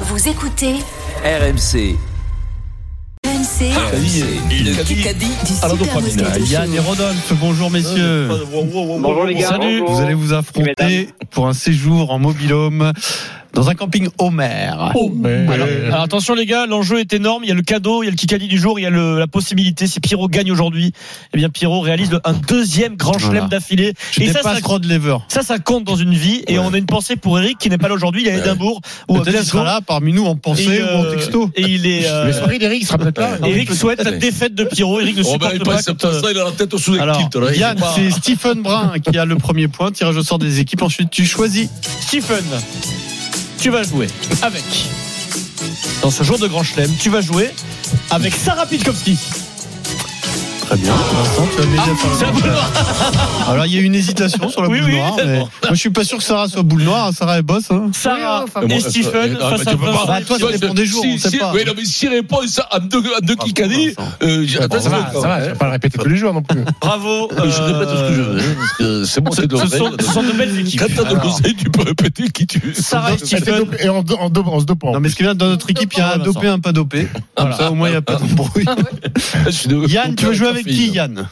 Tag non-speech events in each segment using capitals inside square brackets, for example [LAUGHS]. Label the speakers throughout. Speaker 1: Vous écoutez
Speaker 2: RMC.
Speaker 1: RMC
Speaker 2: Le Kikadi du
Speaker 3: Alors donc,
Speaker 1: Super Moscato Show.
Speaker 3: Yann et Rodolphe, bonjour messieurs.
Speaker 4: Bonjour les gars.
Speaker 3: Salut, vous allez vous affronter pour un séjour en mobilhome dans un camping Homer. Alors, alors attention les gars, l'enjeu est énorme. Il y a le cadeau, il y a le Kikadi du jour, il y a le- la possibilité. Si Pierrot gagne aujourd'hui, eh bien Pierrot réalise le- un deuxième grand chelem
Speaker 5: Voilà.
Speaker 3: d'affilée.
Speaker 5: Je
Speaker 3: Et ça,
Speaker 5: dépasse
Speaker 3: ça-
Speaker 5: Rod Lever.
Speaker 3: Ça, ça compte dans une vie. Et on a une pensée pour Eric qui n'est pas là aujourd'hui. Il est à Édimbourg ou à
Speaker 5: Peut-être qu'il
Speaker 3: Glasgow.
Speaker 5: sera là parmi nous en pensée
Speaker 3: Et,
Speaker 5: ou en
Speaker 3: euh,
Speaker 5: texto.
Speaker 3: Et il est. euh,
Speaker 6: d'Eric sera peut-être là.
Speaker 3: Eric souhaite la défaite de Pierrot. Eric ne
Speaker 4: Oh ben,
Speaker 3: supporte
Speaker 4: il
Speaker 3: pas.
Speaker 4: passe
Speaker 3: quand,
Speaker 4: comme
Speaker 3: euh,
Speaker 4: ça, il a la tête sous les
Speaker 3: Alors,
Speaker 4: kilts, hein. là, il
Speaker 5: Yann,
Speaker 4: est pas-
Speaker 5: c'est Stephen Brun qui a le premier point. Tirage au sort des équipes. Ensuite, tu choisis.
Speaker 3: Stephen, tu vas jouer avec, dans ce jour de grand chelem, tu vas jouer avec Sarah Pitkowski.
Speaker 5: Très bien.
Speaker 3: Hein,
Speaker 5: Vincent, tu vas m'aider à faire le
Speaker 3: C'est la
Speaker 5: point.
Speaker 3: boule noire. [LAUGHS]
Speaker 5: Alors, il y a une hésitation sur la
Speaker 3: Oui,
Speaker 5: boule
Speaker 3: oui,
Speaker 5: noire.
Speaker 3: c'est
Speaker 5: mais
Speaker 3: bon.
Speaker 5: Moi, je suis pas sûr que Sarah soit boule noire. Sarah est boss. hein.
Speaker 3: Sarah
Speaker 6: enfin,
Speaker 4: Mais
Speaker 3: et
Speaker 4: bon, euh,
Speaker 3: Stephen
Speaker 4: euh, ah, mais
Speaker 3: face à
Speaker 4: tu peux
Speaker 3: face.
Speaker 4: pas-
Speaker 5: Ah, toi, ça
Speaker 4: Si-
Speaker 5: dépend des jours,
Speaker 4: si-
Speaker 5: on sait
Speaker 4: si-
Speaker 5: pas.
Speaker 4: Oui, non, mais s'il répond ça en deux, en deux Kikadi,
Speaker 5: Vincent.
Speaker 4: euh, j'ai- attends,
Speaker 6: Ah, Ça va, ça va, je vais pas le répéter tous les jours non plus.
Speaker 3: Bravo.
Speaker 4: Euh, Je répète ce que je
Speaker 3: euh,
Speaker 4: veux. parce que C'est bon, c'est de
Speaker 3: Ce sont,
Speaker 4: l'oseille.
Speaker 3: ce sont de belles équipes.
Speaker 4: Quand t'as de
Speaker 3: Alors,
Speaker 4: l'oseille, tu peux répéter qui tu
Speaker 3: [LAUGHS]
Speaker 4: es.
Speaker 3: Sarah et
Speaker 6: Elle fait
Speaker 3: Stephen.
Speaker 6: doper- [LAUGHS] Et en, deux- en, deux- en se dopant.
Speaker 5: Non, mais ce qui vient dans notre équipe, il y a un
Speaker 3: Vincent.
Speaker 5: dopé, un pas dopé. Comme
Speaker 3: Voilà.
Speaker 5: ça, au moins, il n'y a pas d'embrouille.
Speaker 4: Je suis de-
Speaker 5: Yann, tu veux jouer avec qui, Yann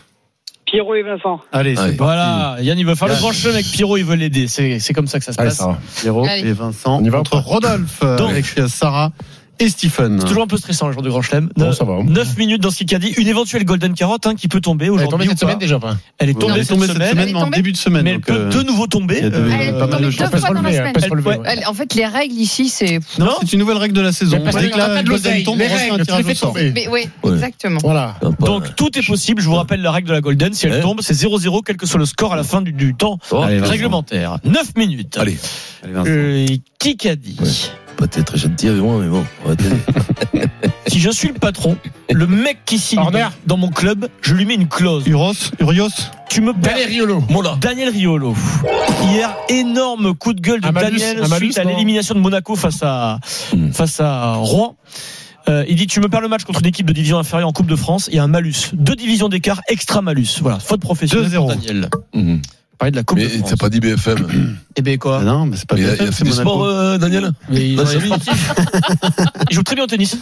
Speaker 7: Pierrot et Vincent.
Speaker 5: Allez,
Speaker 4: Allez.
Speaker 5: c'est parti.
Speaker 3: Voilà, Yann il veut faire le grand chelem avec Pierrot, il veut l'aider. C'est c'est comme ça que ça se
Speaker 6: Allez,
Speaker 3: passe.
Speaker 6: ça va.
Speaker 5: Pierrot
Speaker 8: Allez.
Speaker 5: et Vincent.
Speaker 6: On y va
Speaker 5: Entre
Speaker 6: ou
Speaker 5: Rodolphe, euh,
Speaker 3: Donc.
Speaker 5: avec Sarah et Stephen.
Speaker 3: C'est toujours un peu stressant le jour du grand chelem.
Speaker 6: Non, ça va.
Speaker 3: 9 minutes dans ce qu'il a dit. Une éventuelle golden carotte hein, qui peut tomber
Speaker 6: Elle est tombée
Speaker 3: aujourd'hui.
Speaker 6: cette
Speaker 3: ou pas.
Speaker 6: semaine déjà, enfin.
Speaker 3: Elle est
Speaker 5: Elle
Speaker 3: tombée cette semaine.
Speaker 8: Elle est
Speaker 5: mais en
Speaker 8: tombée
Speaker 5: début de semaine.
Speaker 3: Mais elle
Speaker 5: donc,
Speaker 3: peut
Speaker 5: euh,
Speaker 3: de nouveau tomber.
Speaker 5: il y a deux-
Speaker 3: Euh,
Speaker 5: Il y a pas mal de
Speaker 8: Deux
Speaker 5: choses.
Speaker 6: Elle peut se
Speaker 8: fois dans la
Speaker 6: relever, elle peut se
Speaker 3: semaine.
Speaker 6: relever.
Speaker 3: Elle-
Speaker 6: ouais.
Speaker 8: Elle- en fait, les règles ici, c'est.
Speaker 6: Ah,
Speaker 3: Non,
Speaker 5: C'est une nouvelle règle de la saison.
Speaker 6: Mais parce
Speaker 5: Dès
Speaker 6: que
Speaker 5: que la
Speaker 6: t'as pas de
Speaker 5: Golden
Speaker 6: l'oseille,
Speaker 5: tombe,
Speaker 6: les
Speaker 5: on reçoit un
Speaker 6: règles, tu les
Speaker 5: tirage au
Speaker 6: fais
Speaker 5: sort.
Speaker 6: tomber.
Speaker 8: Mais oui,
Speaker 4: Ouais.
Speaker 8: exactement.
Speaker 6: Voilà.
Speaker 3: Donc tout est possible. Je vous rappelle la règle de la Golden. Si elle
Speaker 4: Ouais.
Speaker 3: tombe, c'est 0-0, quel que soit le score à la fin du, du temps
Speaker 4: Oh,
Speaker 5: Allez, Vincent.
Speaker 3: réglementaire. 9 minutes.
Speaker 4: Allez,
Speaker 3: Euh, qui qu'a dit
Speaker 4: peut-être gentil avec moi, mais bon, on [LAUGHS] va t'aider.
Speaker 3: Si je suis le patron, le mec qui signe
Speaker 6: Horner.
Speaker 3: dans, dans mon club, je lui mets une clause.
Speaker 5: Uros, Urios,
Speaker 3: Tu me perds.
Speaker 6: Valérie Riolo.
Speaker 4: Mola.
Speaker 3: Daniel Riolo. Hier, énorme coup de gueule de
Speaker 6: Un malus,
Speaker 3: Daniel
Speaker 6: un malus,
Speaker 3: suite à
Speaker 6: non
Speaker 3: l'élimination de Monaco face à,
Speaker 4: Hmm.
Speaker 3: face à Rouen. Euh, il dit tu me perds le match contre une équipe de division inférieure en Coupe de France, il y a un malus. Deux divisions d'écart, extra malus. Voilà, faute professionnelle pour
Speaker 5: 2-0.
Speaker 3: Daniel.
Speaker 4: Mhm.
Speaker 3: Parler de la Coupe
Speaker 4: Mais
Speaker 3: de France.
Speaker 4: t'as pas dit BFM.
Speaker 3: Eh ben quoi
Speaker 5: Ah
Speaker 4: Euh,
Speaker 5: Non, mais c'est pas
Speaker 4: Il a il
Speaker 5: BFM,
Speaker 4: a
Speaker 5: c'est
Speaker 4: fait du
Speaker 5: Monaco.
Speaker 4: sport, euh, Daniel
Speaker 3: Mais ils
Speaker 4: Dans
Speaker 3: ont
Speaker 4: sa
Speaker 3: les
Speaker 4: vie.
Speaker 3: sportifs. [LAUGHS] Ils jouent très bien au tennis.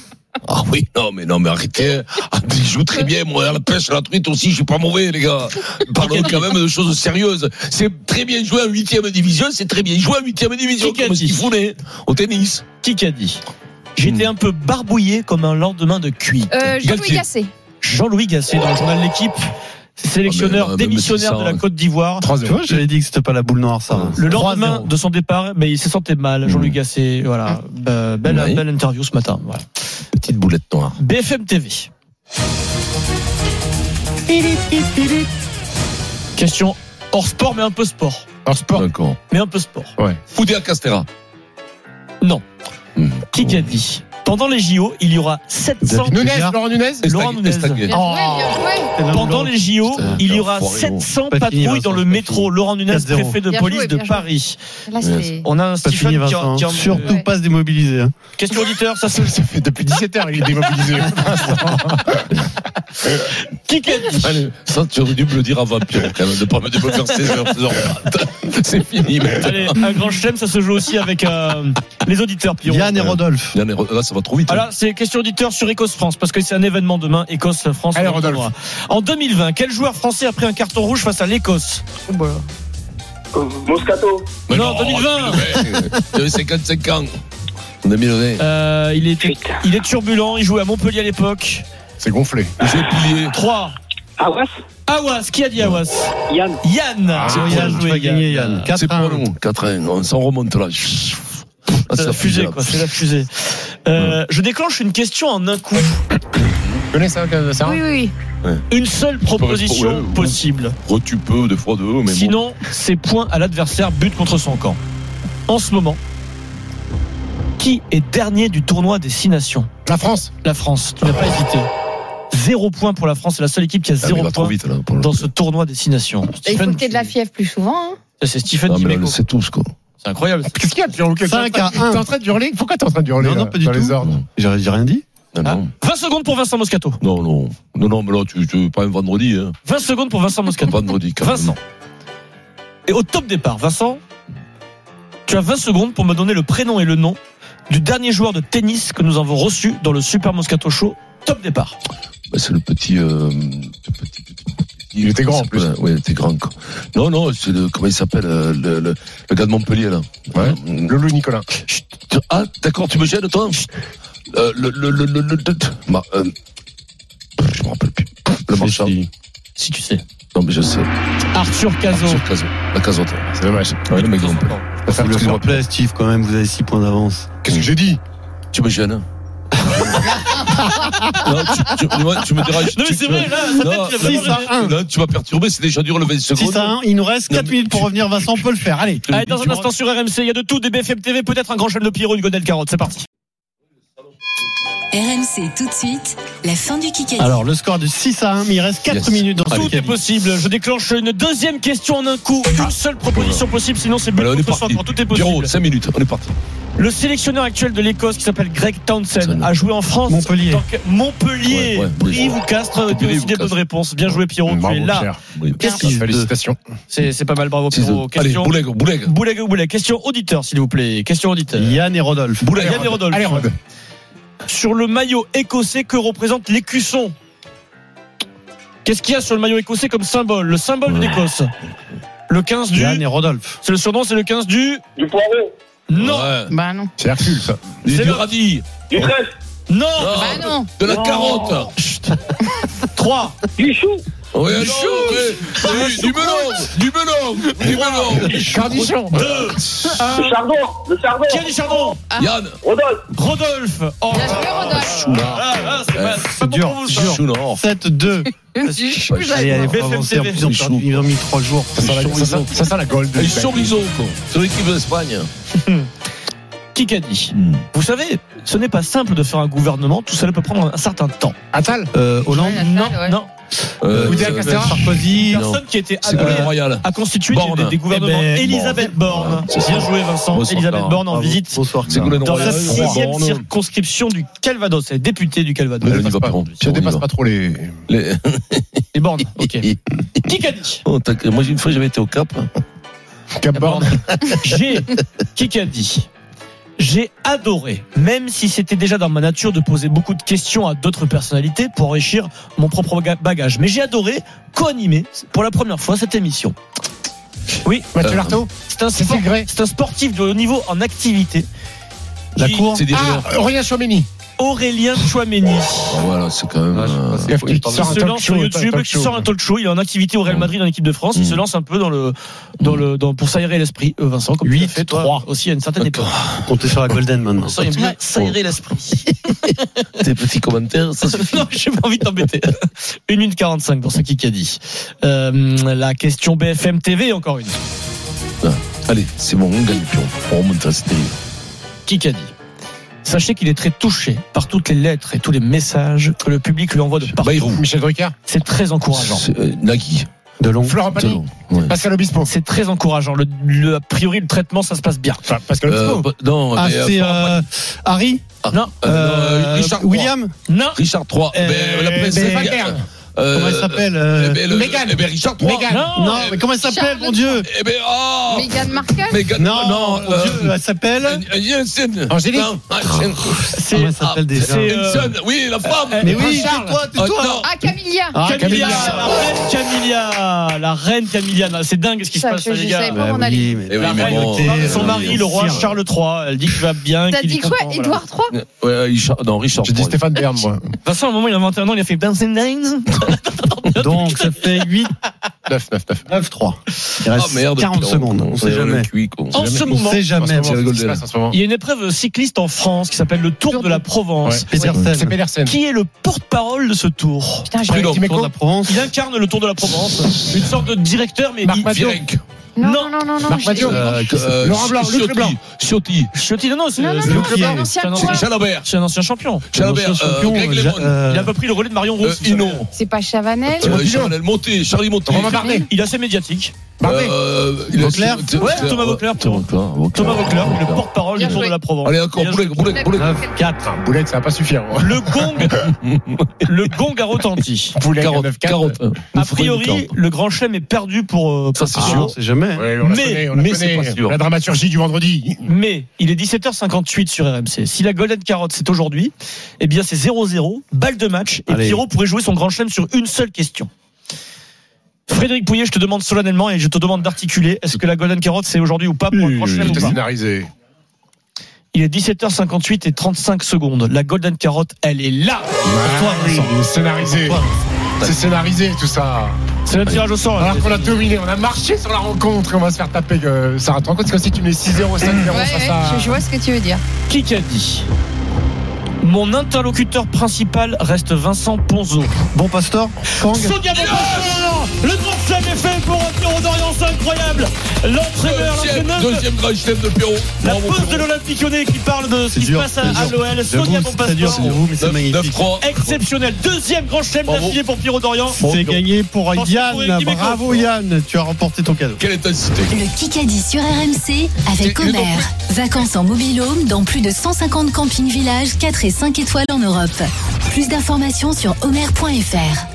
Speaker 4: Ah oui, non, mais non, mais arrêtez. Ah, Je joue très bien, moi, à la pêche, à la truite aussi, je suis pas mauvais, les gars. Parlons quand même de choses sérieuses. C'est très bien joué en huitième division, c'est très bien joué en huitième division,
Speaker 3: Qui a
Speaker 4: comme ce
Speaker 3: dit
Speaker 4: qu'il voulait, au tennis.
Speaker 3: Qui qu'a dit
Speaker 4: Hmm.
Speaker 3: J'étais un peu barbouillé comme un lendemain de cuite.
Speaker 8: Euh, Jean-Louis
Speaker 4: Galtier.
Speaker 8: Gasset.
Speaker 3: Jean-Louis Gasset dans le journal L'équipe, sélectionneur
Speaker 4: Ah, mais, euh,
Speaker 3: démissionnaire
Speaker 4: mais c'est
Speaker 3: de
Speaker 4: ça,
Speaker 3: la Côte d'Ivoire.
Speaker 6: 3-0.
Speaker 5: Tu vois, j'avais dit que c'était pas la boule noire, ça.
Speaker 3: Le lendemain de son départ, ben, il se sentait mal. Jean-Louis Gasset, voilà. Euh, belle,
Speaker 4: Hmm. Ah. Oui.
Speaker 3: belle interview ce matin. voilà.
Speaker 4: Petite boulette hein. noire.
Speaker 3: BFM TV. Question hors sport, mais un peu sport.
Speaker 6: En sport.
Speaker 4: D'accord.
Speaker 3: Mais un peu sport.
Speaker 4: Foudé à Castera.
Speaker 3: Non.
Speaker 4: Mmh.
Speaker 3: Qui qu'a dit Pendant les JO, il y aura 700
Speaker 5: David
Speaker 6: Nunes,
Speaker 5: Bigard.
Speaker 6: Laurent Nunes.
Speaker 3: Laurent Ah. Nunez.
Speaker 4: Estaguet.
Speaker 8: Bien joué, bien joué.
Speaker 3: Pendant les JO,
Speaker 4: Putain,
Speaker 3: il y aura
Speaker 4: enfoiré,
Speaker 3: 700
Speaker 5: Pas fini,
Speaker 3: patrouilles dans
Speaker 5: Vincent,
Speaker 3: le
Speaker 5: pas
Speaker 3: métro.
Speaker 5: fini.
Speaker 3: Laurent Nunes,
Speaker 5: 4-0.
Speaker 3: préfet de
Speaker 8: Bien
Speaker 3: police
Speaker 8: joué,
Speaker 3: de
Speaker 8: bien joué.
Speaker 3: Paris.
Speaker 8: Là, c'est.
Speaker 3: On a un
Speaker 5: Pas
Speaker 3: Stephen
Speaker 5: fini,
Speaker 3: qui en-
Speaker 5: Vincent. hein.
Speaker 3: qui en-
Speaker 5: Surtout
Speaker 8: Ouais.
Speaker 5: pas se démobiliser. hein.
Speaker 3: Question auditeur, ça se
Speaker 6: Ça fait depuis 17h, il est démobilisé.
Speaker 3: Qui qu'a dit
Speaker 4: Allez, ça, tu aurais dû me le dire avant, Pierre, quand même, de pas me de me faire 16h, 16h30. [LAUGHS] C'est fini, mec.
Speaker 3: Allez, un grand chelem, ça se joue aussi avec euh, les auditeurs. Pierrot.
Speaker 5: Yann et Rodolphe.
Speaker 4: Yann, Là, ça va trop vite. hein.
Speaker 3: Alors, c'est question auditeur sur Écosse-France, parce que c'est un événement demain, Écosse-France.
Speaker 6: Allez,
Speaker 3: dans le
Speaker 6: Rodolphe.
Speaker 3: tournoi. En 2020, quel joueur français a pris un carton rouge face à l'Écosse
Speaker 7: Euh, Moscato.
Speaker 4: Mais euh,
Speaker 3: non, 2020.
Speaker 4: Tu avais 55 ans. 2020.
Speaker 3: Euh, il, était,
Speaker 7: Putain.
Speaker 3: il est turbulent, il jouait à Montpellier à l'époque.
Speaker 6: [LAUGHS] C'est gonflé.
Speaker 4: J'ai plié.
Speaker 3: 3.
Speaker 7: Ah ouais
Speaker 3: Awas, qui a dit Awas
Speaker 7: Yann.
Speaker 3: Yann
Speaker 4: Ah,
Speaker 5: C'est
Speaker 3: Bien
Speaker 5: Yann, tu
Speaker 3: joué,
Speaker 5: vas gagner, Yann.
Speaker 4: C'est pour
Speaker 5: 4-1.
Speaker 4: nous, 4 1 on s'en remonte là. Ah,
Speaker 3: C'est la Euh, fusée, quoi. C'est la fusée. Euh, Je déclenche une question en un coup.
Speaker 6: Tu connais ça, euh, Sarah
Speaker 8: Oui, oui,
Speaker 3: Une seule
Speaker 4: Ouais,
Speaker 3: proposition
Speaker 4: ouais.
Speaker 3: possible.
Speaker 4: Oh, tu peux, des fois, de haut, mais bon.
Speaker 3: Sinon, c'est point à l'adversaire, but contre son camp. En ce moment, qui est dernier du tournoi des six nations
Speaker 6: La France.
Speaker 3: La France. Tu n'as pas hésité. Zéro point pour la France. C'est la seule équipe qui a
Speaker 4: Ah, mais il
Speaker 3: zéro
Speaker 4: va trop
Speaker 3: point
Speaker 4: vite, là. pour le-
Speaker 3: dans ce tournoi des six nations.
Speaker 8: Et Il faut
Speaker 3: Stephen,
Speaker 8: que t'aies de la fièvre plus souvent. hein.
Speaker 3: Ça, C'est Stephen
Speaker 4: Non, Ah, mais Ah, on
Speaker 3: Dimeco.
Speaker 4: le sait tous, quoi.
Speaker 3: C'est incroyable.
Speaker 6: Qu'est-ce qu'il y a, Pierre T'es
Speaker 5: 5 à
Speaker 6: en
Speaker 5: 1.
Speaker 6: train de hurler Pourquoi t'es en train de hurler
Speaker 5: Non, non,
Speaker 6: là,
Speaker 5: pas du
Speaker 6: dans
Speaker 5: tout.
Speaker 6: les ordres
Speaker 5: J'ai j'ai rien dit.
Speaker 4: Non,
Speaker 3: Ah.
Speaker 4: non.
Speaker 3: 20 secondes pour Vincent Moscato.
Speaker 4: Non, non. Non, non, mais là, tu, tu pas un vendredi, hein.
Speaker 3: 20 secondes pour Vincent Moscato.
Speaker 4: Vendredi, quand même.
Speaker 3: Vincent. Et au top départ, Vincent, tu as 20 secondes pour me donner le prénom et le nom du dernier joueur de tennis que nous avons reçu dans le Super Moscato Show. Top départ.
Speaker 4: Bah, c'est le petit, euh, le petit, petit-
Speaker 6: Il était grand, en plus.
Speaker 4: Ouais, il était grand. quoi. Non, non, c'est le, comment il s'appelle, euh, le, le, le gars de Montpellier, là.
Speaker 6: Ouais.
Speaker 4: Mm.
Speaker 6: Loulou Nicolas.
Speaker 4: Chut, tu- ah, d'accord, tu me gênes, toi Chut. Euh, le, le, le, le, le, le- ma- euh, je me rappelle plus. Le marchand.
Speaker 3: Si tu sais.
Speaker 4: Non, mais je sais.
Speaker 3: Arthur Cazot.
Speaker 4: Arthur Cazot. La Cazotte.
Speaker 6: C'est dommage.
Speaker 4: Ouais, le mec grand.
Speaker 5: Faut le
Speaker 4: Excuse-moi.
Speaker 5: faire play, Steve, quand même, vous avez 6 points d'avance.
Speaker 6: Qu'est-ce que j'ai dit
Speaker 4: Tu me gênes. hein. [LAUGHS] non, tu, tu, moi, tu me déranges.
Speaker 3: Non, mais
Speaker 4: Tu-
Speaker 3: c'est vrai, là, sa
Speaker 4: Non,
Speaker 3: tête, il a
Speaker 5: six à
Speaker 3: vraiment
Speaker 5: un.
Speaker 4: Là, tu m'as perturbé, c'est déjà dur le 20 secondes.
Speaker 5: 6 à 1, il nous reste
Speaker 4: Non,
Speaker 5: 4
Speaker 4: mais
Speaker 5: minutes pour revenir, Vincent, on peut le faire. Allez.
Speaker 3: Allez, dans un instant sur RMC, il y a de tout, des BFM TV, peut-être un grand chef de Pierrot, une godelle carotte. C'est parti.
Speaker 1: RMC tout de suite, la fin du Kikadi.
Speaker 5: Alors, le score de 6 à 1, mais il reste 4
Speaker 4: Yes.
Speaker 5: minutes dans
Speaker 4: Allez.
Speaker 5: ce
Speaker 3: Tout est
Speaker 5: cabinet.
Speaker 3: possible. Je déclenche une deuxième question en un coup. Une seule proposition possible, sinon c'est but
Speaker 4: Allez, Ah. on est
Speaker 3: contre
Speaker 4: parti.
Speaker 3: centre. Tout est
Speaker 4: Pierrot,
Speaker 3: possible.
Speaker 4: 5 minutes, on est parti.
Speaker 3: Le sélectionneur actuel de l'Écosse qui s'appelle Greg Townsend
Speaker 4: Townsend.
Speaker 3: a joué en France.
Speaker 5: Montpellier.
Speaker 3: Donc Montpellier,
Speaker 4: Ouais, ouais,
Speaker 3: Brive ou Castres, tu as
Speaker 4: Brive
Speaker 3: aussi
Speaker 4: ou
Speaker 3: des
Speaker 4: Castres.
Speaker 3: bonnes réponses. Bien joué Pierrot, tu es
Speaker 6: Bravo,
Speaker 3: là.
Speaker 6: cher.
Speaker 4: Oui.
Speaker 3: Qu'est-ce
Speaker 5: qu'il-
Speaker 6: Félicitations.
Speaker 3: C'est c'est pas mal, bravo
Speaker 4: Ciseaux.
Speaker 3: Pierrot.
Speaker 4: Allez,
Speaker 3: Question
Speaker 4: Bouleg, Bouleg.
Speaker 3: Bouleg ou Bouleg. Question auditeur s'il vous plaît. Question auditeur.
Speaker 5: Yann et Rodolphe.
Speaker 4: Bouleg.
Speaker 3: Yann et Rodolphe.
Speaker 6: Allez, Rod.
Speaker 3: Sur le maillot écossais que représente l'écusson. Qu'est-ce qu'il y a sur le maillot écossais comme symbole Le symbole de l'Écosse. Le 15 du
Speaker 5: Yann et Rodolphe.
Speaker 3: C'est le surnom, c'est le 15 du
Speaker 7: Du poireau.
Speaker 3: Non.
Speaker 4: Ouais.
Speaker 8: Bah non.
Speaker 6: C'est Hercule, ça.
Speaker 4: Du
Speaker 3: C'est
Speaker 4: du
Speaker 3: le-
Speaker 4: radis.
Speaker 7: Du trèfle.
Speaker 3: Non. Oh.
Speaker 4: Non.
Speaker 8: Bah non.
Speaker 4: De la
Speaker 7: Non.
Speaker 4: carotte. Chut.
Speaker 3: 3.
Speaker 7: Du chou.
Speaker 4: Ouais, non, ouais.
Speaker 3: Ah,
Speaker 4: Oui, du melon. Du melon. Du melon.
Speaker 6: Cardichon.
Speaker 3: 2.
Speaker 7: Le chardon. Le chardon.
Speaker 3: Thierry Chardon.
Speaker 4: Yann.
Speaker 7: Rodolphe.
Speaker 3: Rodolphe. Oh.
Speaker 8: Bien joué, Rodolphe.
Speaker 3: Ah, ah, c'est pas- c'est pas
Speaker 5: C'est
Speaker 3: bon
Speaker 5: dur,
Speaker 3: pour vous, ça.
Speaker 5: dur.
Speaker 4: Chou, non.
Speaker 5: 7-2.
Speaker 8: Je suis plus
Speaker 5: Allez, allez,
Speaker 8: d'accord.
Speaker 5: faut
Speaker 3: BFM
Speaker 5: avancer. En
Speaker 3: TV.
Speaker 5: plus, ils ont perdu- ils ont mis 3 jours.
Speaker 6: Ça sent la- ça sent- ça sent la gold.
Speaker 4: Et chorizo, quoi. C'est l'équipe d'Espagne.
Speaker 3: Qui qu'a dit Vous savez, ce n'est pas simple de faire un gouvernement, tout cela peut prendre un certain temps.
Speaker 6: Attal
Speaker 5: Euh, Hollande.
Speaker 8: Ouais,
Speaker 3: Non,
Speaker 8: Nathan, ouais.
Speaker 3: non.
Speaker 4: Euh,
Speaker 6: Oudéa
Speaker 4: euh,
Speaker 6: Castera.
Speaker 5: Sarkozy.
Speaker 4: Non.
Speaker 3: Personne qui était
Speaker 4: C'est quoi
Speaker 3: appelée
Speaker 4: le royal
Speaker 3: à constituer des-
Speaker 4: Borne.
Speaker 3: des, des gouvernements.
Speaker 5: Eh ben,
Speaker 3: Elisabeth Borne.
Speaker 4: Borne. C'est
Speaker 3: Bien
Speaker 4: ça.
Speaker 3: joué, Vincent.
Speaker 4: Bonsoir,
Speaker 3: Elisabeth
Speaker 4: Clara.
Speaker 3: Borne en
Speaker 5: Bravo.
Speaker 3: visite
Speaker 5: Bonsoir.
Speaker 4: C'est quoi le nom
Speaker 3: dans
Speaker 4: Borne.
Speaker 3: sa sixième
Speaker 4: Borne.
Speaker 3: circonscription du Calvados. Elle est députée du Calvados.
Speaker 4: Allez, on y
Speaker 6: dépasse
Speaker 4: va,
Speaker 6: pas.
Speaker 4: Pierrot.
Speaker 6: Si on
Speaker 4: On y
Speaker 6: dépasse
Speaker 4: va.
Speaker 6: pas trop les.
Speaker 4: Les-
Speaker 3: Les bornes. Ok. Qui qu'a dit
Speaker 4: Oh, t'as- Moi, une fois, j'avais été au Cap.
Speaker 6: Cap Born.
Speaker 3: J'ai. Qui qu'a dit j'ai adoré, même si c'était déjà dans ma nature de poser beaucoup de questions à d'autres personnalités pour enrichir mon propre ga- bagage. Mais j'ai adoré co-animer pour la première fois cette émission.
Speaker 6: Mathieu
Speaker 4: Euh,
Speaker 6: Lartaud.
Speaker 3: C'est un,
Speaker 6: Cécile
Speaker 3: sport-
Speaker 6: Gray.
Speaker 3: c'est un sportif de haut niveau en activité.
Speaker 5: La
Speaker 3: Qui-
Speaker 5: cour.
Speaker 4: C'est des
Speaker 6: Ah,
Speaker 4: joueurs.
Speaker 6: Aurélien Chouameni.
Speaker 3: Aurélien Chouameni.
Speaker 4: Ah, Voilà, c'est quand même.
Speaker 5: Ah, je sais pas,
Speaker 4: euh,
Speaker 5: c'est-
Speaker 6: Qui
Speaker 5: faut- il parle-
Speaker 6: sort un
Speaker 3: se
Speaker 6: talk
Speaker 3: lance sur
Speaker 6: show. un
Speaker 3: YouTube,
Speaker 6: talk
Speaker 3: qui
Speaker 6: show.
Speaker 3: sort un talk show. Il est en activité au Real Madrid en équipe de France. Il
Speaker 4: Mm.
Speaker 3: se lance un peu dans le, dans le, dans, pour s'aérer l'esprit. Euh, Vincent, comme tu
Speaker 5: Huit,
Speaker 3: l'as fait,
Speaker 5: toi.
Speaker 3: trois aussi à une certaine époque.
Speaker 5: Comptez sur la Golden maintenant.
Speaker 3: Vincent, il aime bien s'aérer l'esprit.
Speaker 4: Tes petits commentaires, ça
Speaker 3: [LAUGHS]
Speaker 4: suffit.
Speaker 3: non, j'ai pas envie de t'embêter. [LAUGHS] 1 minute 45 dans ce qui a dit. Euh, la question BFM TV, encore une.
Speaker 4: Allez, c'est bon, on gagne, Pierrot. On remonte à la série.
Speaker 3: Qui qu'a dit Sachez qu'il est très touché par toutes les lettres et tous les messages que le public lui envoie de partout.
Speaker 4: Bayrou.
Speaker 6: Michel Drucker.
Speaker 3: C'est très encourageant.
Speaker 4: C'est, euh, Nagui.
Speaker 5: De long.
Speaker 6: Florent Pagny.
Speaker 4: Tiens, ouais.
Speaker 6: Pascal Obispo.
Speaker 3: C'est très encourageant. Le, le- a priori, le traitement, ça se passe bien.
Speaker 6: Enfin, Pascal
Speaker 4: Euh,
Speaker 6: Obispo.
Speaker 4: bah, non,
Speaker 5: Ah,
Speaker 4: mais, euh,
Speaker 5: c'est
Speaker 4: Florent
Speaker 5: euh, Harry
Speaker 3: Non,
Speaker 4: Pagny. Euh, non,
Speaker 5: Euh,
Speaker 4: Richard III.
Speaker 5: William
Speaker 3: non,
Speaker 4: Richard III.
Speaker 5: Euh,
Speaker 4: Ben, la princesse
Speaker 5: ben,
Speaker 4: Diane.
Speaker 5: Comment il
Speaker 4: Euh,
Speaker 5: s'appelle
Speaker 4: eh
Speaker 5: euh,
Speaker 4: ben, le-
Speaker 6: Meghan.
Speaker 4: eh ben, Richard III.
Speaker 6: Meghan.
Speaker 3: non,
Speaker 5: Non, mais comment elle s'appelle,
Speaker 8: Charles
Speaker 5: mon Dieu
Speaker 4: Eh ben, oh
Speaker 8: Meghan Markle
Speaker 4: Meghan-
Speaker 5: Non, non,
Speaker 4: euh,
Speaker 5: elle
Speaker 4: euh,
Speaker 5: s'appelle.
Speaker 4: euh, Jensen.
Speaker 6: Angélique.
Speaker 4: Non, ah, Jensen.
Speaker 3: c'est
Speaker 5: Comment elle s'appelle déjà
Speaker 3: c'est, euh,
Speaker 4: Jensen, oui, la femme.
Speaker 5: Mais
Speaker 6: Prince
Speaker 5: oui,
Speaker 6: Charles.
Speaker 5: tais-toi,
Speaker 4: Ah,
Speaker 5: tais-toi
Speaker 4: non.
Speaker 8: Ah, Camilla
Speaker 5: Ah,
Speaker 3: Camilla,
Speaker 5: Camilla.
Speaker 3: la reine Camilla, la reine Camilla, Non, c'est dingue ce qui se
Speaker 8: Ça,
Speaker 3: passe,
Speaker 8: je-
Speaker 3: les
Speaker 8: je
Speaker 3: gars.
Speaker 8: savais pas. Comment on
Speaker 5: Bah
Speaker 8: allait
Speaker 5: oui, mais-
Speaker 4: Eh oui,
Speaker 3: La
Speaker 4: mais
Speaker 3: reine,
Speaker 4: bon,
Speaker 5: écoutez,
Speaker 4: euh,
Speaker 3: son mari, le roi Charles III, elle dit qu'il va bien.
Speaker 8: T'as
Speaker 3: qu'il est
Speaker 8: dit quoi
Speaker 3: content, voilà.
Speaker 8: Édouard III
Speaker 5: hein.
Speaker 4: Ouais, Richard- non, Richard
Speaker 6: J'ai dit
Speaker 4: III.
Speaker 6: Stéphane Bern, moi.
Speaker 3: Vincent, au moment où il a 21 ans, il a fait Dancing Nines.
Speaker 5: Donc, ça fait 8,
Speaker 3: Ah,
Speaker 6: 9, 9, 9.
Speaker 5: 9, 3. Il
Speaker 4: Ah,
Speaker 5: reste
Speaker 4: merde,
Speaker 5: 40
Speaker 4: Pierrot.
Speaker 5: secondes, on sait
Speaker 4: est
Speaker 5: jamais.
Speaker 4: cuit, quoi.
Speaker 3: En ce
Speaker 5: On
Speaker 3: moment,
Speaker 5: sait jamais.
Speaker 6: En ce moment,
Speaker 4: Pierre
Speaker 6: c'est ce qui se
Speaker 4: Golden.
Speaker 6: passe en ce moment.
Speaker 3: il y a une épreuve cycliste en France qui s'appelle le Tour de la Provence.
Speaker 6: C'est
Speaker 5: Petersen,
Speaker 6: Pedersen.
Speaker 3: Qui est le porte-parole de ce tour
Speaker 8: Putain, j'ai-
Speaker 4: Prud'homme.
Speaker 5: Tour de la Provence.
Speaker 3: Il incarne le Tour de la Provence, une sorte de directeur, mais
Speaker 6: Marc
Speaker 3: il-
Speaker 6: Madiot.
Speaker 4: Virenque.
Speaker 8: Non, non, non, non.
Speaker 6: Marc
Speaker 8: j'ai-
Speaker 6: Mathieu.
Speaker 4: Euh, que- euh,
Speaker 6: Laurent Blanc, Luc
Speaker 4: Ciotti.
Speaker 6: Leblanc.
Speaker 4: Ciotti.
Speaker 3: Ciotti, non, non, c'est
Speaker 8: Non, non,
Speaker 3: c'est-
Speaker 8: non,
Speaker 5: Cloutier.
Speaker 8: c'est un ancien
Speaker 3: C'est un
Speaker 8: roi.
Speaker 3: ancien-
Speaker 4: C'est Jalabert.
Speaker 3: c'est un ancien champion.
Speaker 4: Jalabert.
Speaker 5: L'ancien
Speaker 4: euh,
Speaker 5: champion,
Speaker 4: Greg
Speaker 5: euh,
Speaker 4: Lemon.
Speaker 5: Ja- euh,
Speaker 3: Il a pas pris le relais de Marion
Speaker 4: Euh,
Speaker 3: Rousse. vous savez.
Speaker 4: Inon.
Speaker 8: C'est pas Chavanel
Speaker 4: Euh,
Speaker 6: Thibaut Pinot.
Speaker 4: Chanel Monté, Charlie Monté.
Speaker 6: Romain Bardet.
Speaker 3: Ah, Il est assez médiatique.
Speaker 6: Bardet.
Speaker 4: Euh, il a-
Speaker 5: Vauclair.
Speaker 4: T-
Speaker 3: Ouais,
Speaker 4: T-
Speaker 3: Thomas Vauclair.
Speaker 4: euh, Thomas Vauclair,
Speaker 3: Thomas Vauclair, le
Speaker 4: Vauclair.
Speaker 3: porte-parole du
Speaker 8: Bien
Speaker 3: Tour de
Speaker 8: joué.
Speaker 3: la Provence.
Speaker 4: Allez, encore,
Speaker 3: Bien
Speaker 4: boulet,
Speaker 3: joué.
Speaker 4: boulet, boulet.
Speaker 5: 9, 4.
Speaker 6: Boulette, ça va pas suffire. [LAUGHS] hein.
Speaker 3: Le gong, le gong a retenti.
Speaker 6: Boulette,
Speaker 4: 40,
Speaker 6: 9, 4.
Speaker 4: 40.
Speaker 3: A priori, le grand chelem est perdu pour. euh,
Speaker 4: Ça, c'est
Speaker 5: Ah,
Speaker 4: sûr.
Speaker 5: on sait jamais. Mais.
Speaker 6: Ouais, on la
Speaker 3: Mais-
Speaker 6: connaît, on la
Speaker 3: mais
Speaker 6: connaît.
Speaker 3: c'est pas sûr.
Speaker 6: La dramaturgie du vendredi.
Speaker 3: Mais il est 17h58 sur RMC. Si la Golden Carotte c'est aujourd'hui, eh bien c'est 0-0, balle de match, et
Speaker 5: Allez.
Speaker 3: Pierrot pourrait jouer son grand chelem sur une seule question. Frédéric Pouillet, je te demande solennellement et je te demande d'articuler est-ce que la Golden Carotte c'est aujourd'hui ou pas pour le grand chelem ou
Speaker 6: C'était
Speaker 3: pas
Speaker 6: scénarisé.
Speaker 3: Il est 17h58 et 35 secondes. La Golden Carotte, elle est là
Speaker 6: Ah
Speaker 3: Pour toi,
Speaker 6: oui,
Speaker 3: Vincent.
Speaker 6: Scénarisé.
Speaker 3: Pour toi,
Speaker 6: C'est scénarisé tout ça.
Speaker 3: C'est le tirage au
Speaker 8: Oh,
Speaker 3: sort.
Speaker 6: Alors
Speaker 3: hein.
Speaker 6: qu'on a dominé, on a marché sur la rencontre et on va se faire taper. euh, Sarah, tu te rends compte C'est comme si tu mets 6-0, 5-0
Speaker 8: Ouais, ouais,
Speaker 6: face à.
Speaker 8: je- je vois ce que tu veux dire.
Speaker 3: Qui qu'a dit Mon interlocuteur principal reste Vincent Ponzo.
Speaker 5: Bon, Pastor, Kang,
Speaker 3: Sonia Bocachor Le grand chelem est fait pour revenir au Orient, c'est incroyable L'entraîneur,
Speaker 4: Deuxième,
Speaker 3: l'entraîneur de-
Speaker 4: deuxième grand chelem de Pierrot.
Speaker 3: La
Speaker 4: Bravo,
Speaker 3: pause de
Speaker 4: Pierrot.
Speaker 3: l'Olympique Lyonnais qui parle de ce
Speaker 5: C'est
Speaker 3: qui
Speaker 5: dur,
Speaker 3: se passe à, à
Speaker 5: c'est dur.
Speaker 3: l'OL.
Speaker 5: j'avoue,
Speaker 3: Sonia
Speaker 5: c'est très dur, c'est
Speaker 3: Bonpastor,
Speaker 5: vous, mais c'est
Speaker 4: 9,
Speaker 5: magnifique.
Speaker 4: 3
Speaker 3: exceptionnel. Deuxième grand chelem
Speaker 4: Bravo.
Speaker 3: d'affilée pour Pierrot d'Orient.
Speaker 5: C'est gagné pour
Speaker 3: Attention pour
Speaker 5: Yann.
Speaker 3: l'équipe éco.
Speaker 5: Bravo Yann, tu as remporté ton cadeau.
Speaker 4: Quelle intensité
Speaker 1: Le Kikadi sur RMC avec
Speaker 4: Et- et
Speaker 1: Omer. Vacances en mobilhome dans plus de 150 campings villages 4 et 5 étoiles en Europe. Plus d'informations sur omer.fr.